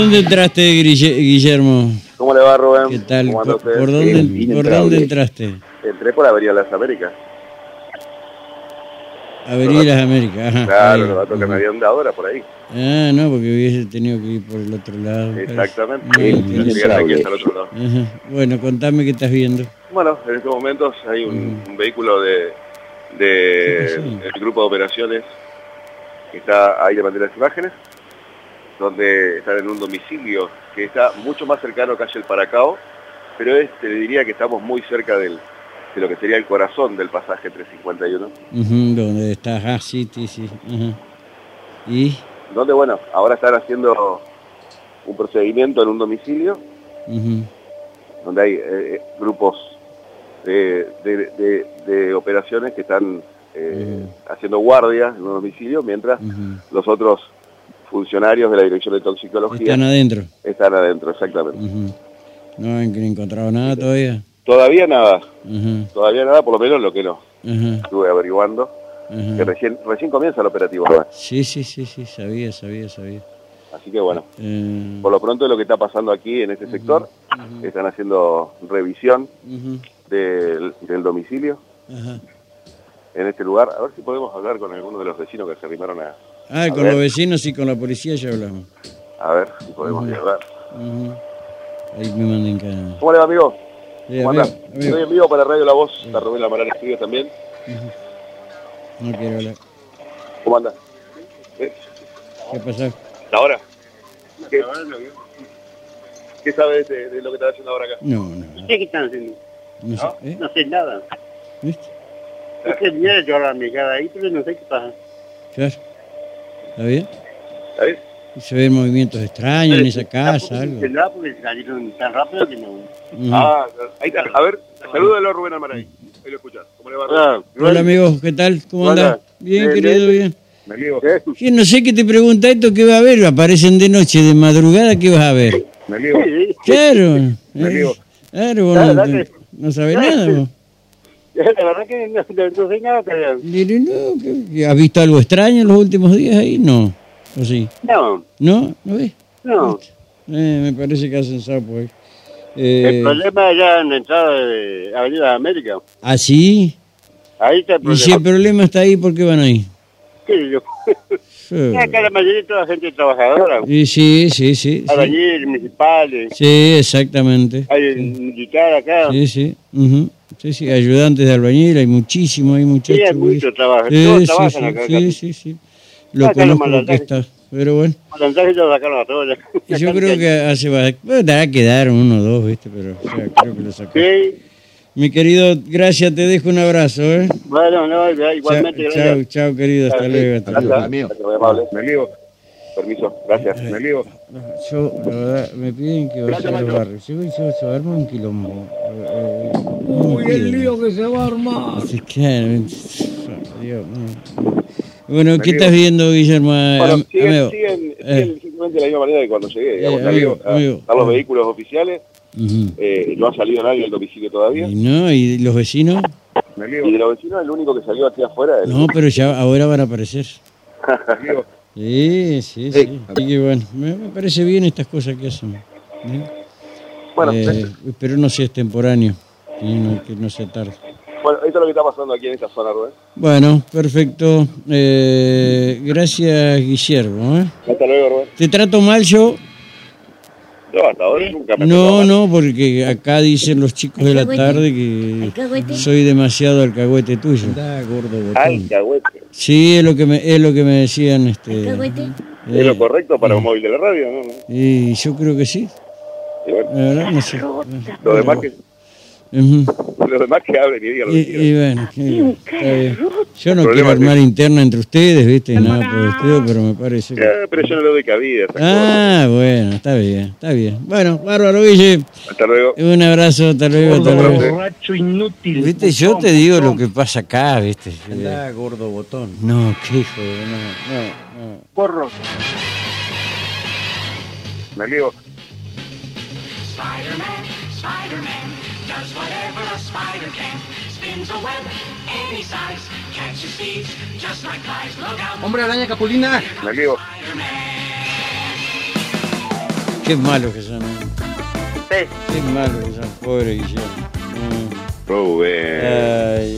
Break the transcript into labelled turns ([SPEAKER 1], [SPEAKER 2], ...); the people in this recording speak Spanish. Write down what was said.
[SPEAKER 1] ¿Dónde entraste, Grille- Guillermo?
[SPEAKER 2] ¿Cómo le va, Rubén?
[SPEAKER 1] ¿Qué tal?
[SPEAKER 2] ¿Cómo anda
[SPEAKER 1] ¿Por,
[SPEAKER 2] usted?
[SPEAKER 1] por
[SPEAKER 2] Bien,
[SPEAKER 1] dónde,
[SPEAKER 2] bien
[SPEAKER 1] por
[SPEAKER 2] entrado,
[SPEAKER 1] dónde
[SPEAKER 2] bien.
[SPEAKER 1] entraste?
[SPEAKER 2] Entré por Avenida Las Américas.
[SPEAKER 1] Avenida Las Américas. Ajá,
[SPEAKER 2] Claro,
[SPEAKER 1] Ah, ahí.
[SPEAKER 2] los datos que me habían dado era por ahí.
[SPEAKER 1] Ah, no, porque hubiese tenido que ir por el otro lado. parece.
[SPEAKER 2] Exactamente.
[SPEAKER 1] No,
[SPEAKER 2] Y
[SPEAKER 1] no
[SPEAKER 2] llegué
[SPEAKER 1] parece.
[SPEAKER 2] hasta aquí, hasta el otro lado.
[SPEAKER 1] Ajá. Bueno, contame qué estás viendo.
[SPEAKER 2] Bueno, en estos momentos hay un,
[SPEAKER 1] Mm.
[SPEAKER 2] un vehículo de, de
[SPEAKER 1] Sí, sí.
[SPEAKER 2] el grupo de operaciones que está ahí de manera las imágenes, donde están en un domicilio que está mucho más cercano a calle El Paracao, pero este le diría que estamos muy cerca del, de lo que sería el corazón del pasaje 351.
[SPEAKER 1] Ujú, ¿Dónde estás? Ah, sí, sí, sí. Ajá. ¿Y?
[SPEAKER 2] donde bueno, ahora están haciendo un procedimiento en un domicilio
[SPEAKER 1] Ujú.
[SPEAKER 2] donde hay eh, grupos de, de- de- de operaciones que están eh, haciendo guardia en un domicilio, mientras
[SPEAKER 1] Ujú.
[SPEAKER 2] los otros funcionarios de la Dirección de Toxicología
[SPEAKER 1] Están
[SPEAKER 2] están,
[SPEAKER 1] adentro.
[SPEAKER 2] adentro, exactamente.
[SPEAKER 1] Ujú. No han encontrado nada todavía.
[SPEAKER 2] Todavía nada,
[SPEAKER 1] Ajá,
[SPEAKER 2] todavía nada, por lo menos lo que no
[SPEAKER 1] ajá,
[SPEAKER 2] estuve averiguando, que
[SPEAKER 1] ajá.
[SPEAKER 2] recién, recién comienza el operativo, Rubén.
[SPEAKER 1] Sí, sí, sí, sí, sabía, sabía, sabía.
[SPEAKER 2] así que bueno.
[SPEAKER 1] Eh,
[SPEAKER 2] Por lo pronto lo que está pasando aquí en este sector, están haciendo revisión
[SPEAKER 1] ujú,
[SPEAKER 2] del- del domicilio,
[SPEAKER 1] ajá.
[SPEAKER 2] en este lugar. A ver si podemos hablar con alguno de los vecinos que se arrimaron a...
[SPEAKER 1] Ah,
[SPEAKER 2] A
[SPEAKER 1] con
[SPEAKER 2] ver.
[SPEAKER 1] los vecinos y con la policía ya hablamos.
[SPEAKER 2] A ver si podemos llegar.
[SPEAKER 1] Ujú. Ahí me mandan cana.
[SPEAKER 2] ¿Cómo le va, amigo?
[SPEAKER 1] Eh,
[SPEAKER 2] ¿Cómo
[SPEAKER 1] amigo,
[SPEAKER 2] anda?
[SPEAKER 1] amigo,
[SPEAKER 2] Estoy en vivo para Radio La Voz. Está Rubén Amaral Estudios también.
[SPEAKER 1] no quiero hablar.
[SPEAKER 2] ¿Cómo anda? ¿Eh?
[SPEAKER 1] ¿Qué pasó?
[SPEAKER 2] ¿Ahora? ¿Qué, ¿Qué sabes de, de lo que está haciendo ahora acá?
[SPEAKER 1] No, no.
[SPEAKER 3] ¿Qué están haciendo?
[SPEAKER 1] No sé. ¿eh?
[SPEAKER 3] No sé nada.
[SPEAKER 1] ¿Viste?
[SPEAKER 3] Es que mira, yo la mirada ahí, pero no sé qué pasa.
[SPEAKER 1] Claro. ¿Está bien?
[SPEAKER 2] ¿Está bien?
[SPEAKER 1] Se ven movimientos extraños en esa casa,
[SPEAKER 3] Tampoco
[SPEAKER 1] algo.
[SPEAKER 3] sé nada porque salieron tan rápido que no.
[SPEAKER 1] Ujú.
[SPEAKER 2] Ah, ahí está. A ver, salúdalo a Rubén Amaral. Ahí lo escuchás. ¿Cómo le va, Rubén?
[SPEAKER 1] Hola, amigos, ¿qué tal? ¿Cómo
[SPEAKER 2] Hola.
[SPEAKER 1] andas? Bien,
[SPEAKER 2] Bien,
[SPEAKER 1] querido, bien.
[SPEAKER 2] Me ligo. ¿Qué?
[SPEAKER 1] Yo no sé qué te pregunta esto, ¿qué va a ver? Aparecen de noche, de madrugada, ¿qué vas a ver?
[SPEAKER 2] Me ligo.
[SPEAKER 3] Sí,
[SPEAKER 1] Claro. eh,
[SPEAKER 2] digo.
[SPEAKER 1] Claro, vos
[SPEAKER 3] La
[SPEAKER 1] no,
[SPEAKER 3] verdad que-
[SPEAKER 1] no sabés nada. vos.
[SPEAKER 3] la verdad que no, no- no sé nada. pero-
[SPEAKER 1] Dile, no, ¿qué- qué- ¿Has visto algo extraño en los últimos días ahí? No. ¿O sí?
[SPEAKER 3] No,
[SPEAKER 1] ¿No? ¿No ves?
[SPEAKER 3] no.
[SPEAKER 1] Eh, me parece que hacen sapo ahí. Eh,
[SPEAKER 3] El problema ya en la entrada de Avenida América.
[SPEAKER 1] ¿Ah, sí?
[SPEAKER 3] Ahí está el
[SPEAKER 1] Y si el
[SPEAKER 3] problema.
[SPEAKER 1] problema está ahí, ¿por qué van ahí?
[SPEAKER 3] ¿Qué yo?
[SPEAKER 1] Sí.
[SPEAKER 3] Acá la mayoría de toda gente trabajadora.
[SPEAKER 1] Y sí, sí, sí. Sí,
[SPEAKER 3] Albañil, municipales.
[SPEAKER 1] Sí, exactamente.
[SPEAKER 3] Hay militar acá.
[SPEAKER 1] Sí, sí. ujú. Sí, sí, ayudantes de albañil, hay muchísimo, hay muchachos.
[SPEAKER 3] Sí, hay mucho
[SPEAKER 1] ¿viste?
[SPEAKER 3] trabajo.
[SPEAKER 1] Sí,
[SPEAKER 3] Todos
[SPEAKER 1] sí,
[SPEAKER 3] trabajan
[SPEAKER 1] sí,
[SPEAKER 3] acá.
[SPEAKER 1] sí, sí, sí. Lo
[SPEAKER 3] Acá lo
[SPEAKER 1] conozco porque
[SPEAKER 3] malandraje.
[SPEAKER 1] está, pero bueno.
[SPEAKER 3] Los montajes ya sacaron a todos. ya.
[SPEAKER 1] Y Yo creo que hace bastante. Bueno, te va a quedar uno o dos, ¿viste? Pero o sea, creo que lo sacó.
[SPEAKER 3] Sí.
[SPEAKER 1] Mi querido, gracias, te dejo un abrazo, ¿eh?
[SPEAKER 3] Bueno, no, ya igualmente
[SPEAKER 1] chao,
[SPEAKER 3] gracias.
[SPEAKER 1] chao, chao, querido, hasta luego. hasta
[SPEAKER 2] Gracias.
[SPEAKER 1] luego.
[SPEAKER 2] Gracias, muy amable. Me ligo. Permiso, gracias.
[SPEAKER 1] Eh,
[SPEAKER 2] Me ligo.
[SPEAKER 1] Yo, la verdad, me piden que vaya al barrio. Llego y yo, se arma un quilombo. Eh,
[SPEAKER 4] Uy, el
[SPEAKER 1] lío
[SPEAKER 4] lío que se va a armar.
[SPEAKER 1] Sí, claro. Dios, no. Bueno, ¿qué estás viendo, Guillermo? eh,
[SPEAKER 2] Bueno,
[SPEAKER 1] Am-
[SPEAKER 2] siguen,
[SPEAKER 1] amigo.
[SPEAKER 2] siguen,
[SPEAKER 1] Eh.
[SPEAKER 2] siguen exactamente de la misma manera que cuando llegué. Digamos,
[SPEAKER 1] Eh,
[SPEAKER 2] la
[SPEAKER 1] amigo,
[SPEAKER 2] veo, ah,
[SPEAKER 1] amigo.
[SPEAKER 2] están los vehículos oficiales,
[SPEAKER 1] Ujú.
[SPEAKER 2] eh, no ha salido nadie del domicilio todavía.
[SPEAKER 1] ¿Y no? ¿Y los vecinos?
[SPEAKER 2] Y de los vecinos el único que salió aquí afuera es
[SPEAKER 1] No, pero ya ahora van a aparecer. Sí, sí, sí. Así que bueno, me, me parece bien estas cosas que hacen. ¿eh?
[SPEAKER 2] Bueno,
[SPEAKER 1] Eh,
[SPEAKER 2] esto-
[SPEAKER 1] espero no sea extemporáneo, que no, que no sea tarde.
[SPEAKER 2] bueno, esto es lo que está pasando aquí en esta zona, Rubén.
[SPEAKER 1] Bueno, perfecto. Eh, gracias, Guillermo. ¿eh?
[SPEAKER 2] Hasta luego, Rubén.
[SPEAKER 1] ¿Te trato mal yo?
[SPEAKER 2] No, hasta ahora nunca me
[SPEAKER 1] No,
[SPEAKER 2] tocó mal.
[SPEAKER 1] no, porque acá dicen los chicos de la tarde que
[SPEAKER 5] Alcahuete.
[SPEAKER 1] soy demasiado alcahuete tuyo.
[SPEAKER 2] Alcahuete.
[SPEAKER 1] Sí, es lo que me, es lo que me decían. Este,
[SPEAKER 5] Alcahuete.
[SPEAKER 2] Es
[SPEAKER 1] eh,
[SPEAKER 2] lo correcto para un móvil de la radio, ¿no?
[SPEAKER 1] y yo creo que sí.
[SPEAKER 2] Y bueno,
[SPEAKER 1] La verdad, no sé.
[SPEAKER 2] los
[SPEAKER 1] Eh,
[SPEAKER 2] demás que,
[SPEAKER 1] Ujú.
[SPEAKER 2] los demás que hablen y digan lo
[SPEAKER 1] Y,
[SPEAKER 2] que quieran.
[SPEAKER 1] y bueno, eh, está bien. yo no
[SPEAKER 2] El
[SPEAKER 1] quiero
[SPEAKER 2] problema es que-
[SPEAKER 1] armar interna entre ustedes, viste, y nada por el estilo, pero me parece que...
[SPEAKER 2] Eh, pero yo no le doy cabida. a esas cosas.
[SPEAKER 1] Ah, bueno, está bien, está bien. Bueno, bárbaro, Guille.
[SPEAKER 2] Hasta luego.
[SPEAKER 1] Un abrazo, hasta luego, hasta
[SPEAKER 2] Gordo
[SPEAKER 1] luego.
[SPEAKER 4] borracho inútil.
[SPEAKER 1] Viste, yo te digo lo que pasa acá, viste.
[SPEAKER 4] Andá, gordo botón.
[SPEAKER 1] No, qué hijo, de- no, no, no.
[SPEAKER 3] Porro.
[SPEAKER 2] Me ligo.
[SPEAKER 6] Spider-Man, Spider-Man, does whatever a spider can. Spins a web any size, catches thieves just like flies. Look out,
[SPEAKER 4] Hombre araña capulina.
[SPEAKER 2] Me ligo.
[SPEAKER 6] Spider-Man.
[SPEAKER 1] Qué malos que son. ¿eh?
[SPEAKER 5] Sí.
[SPEAKER 1] Qué malos que son, pobre Guillermo. Mm.
[SPEAKER 2] Rubén.
[SPEAKER 1] Ay, Eh.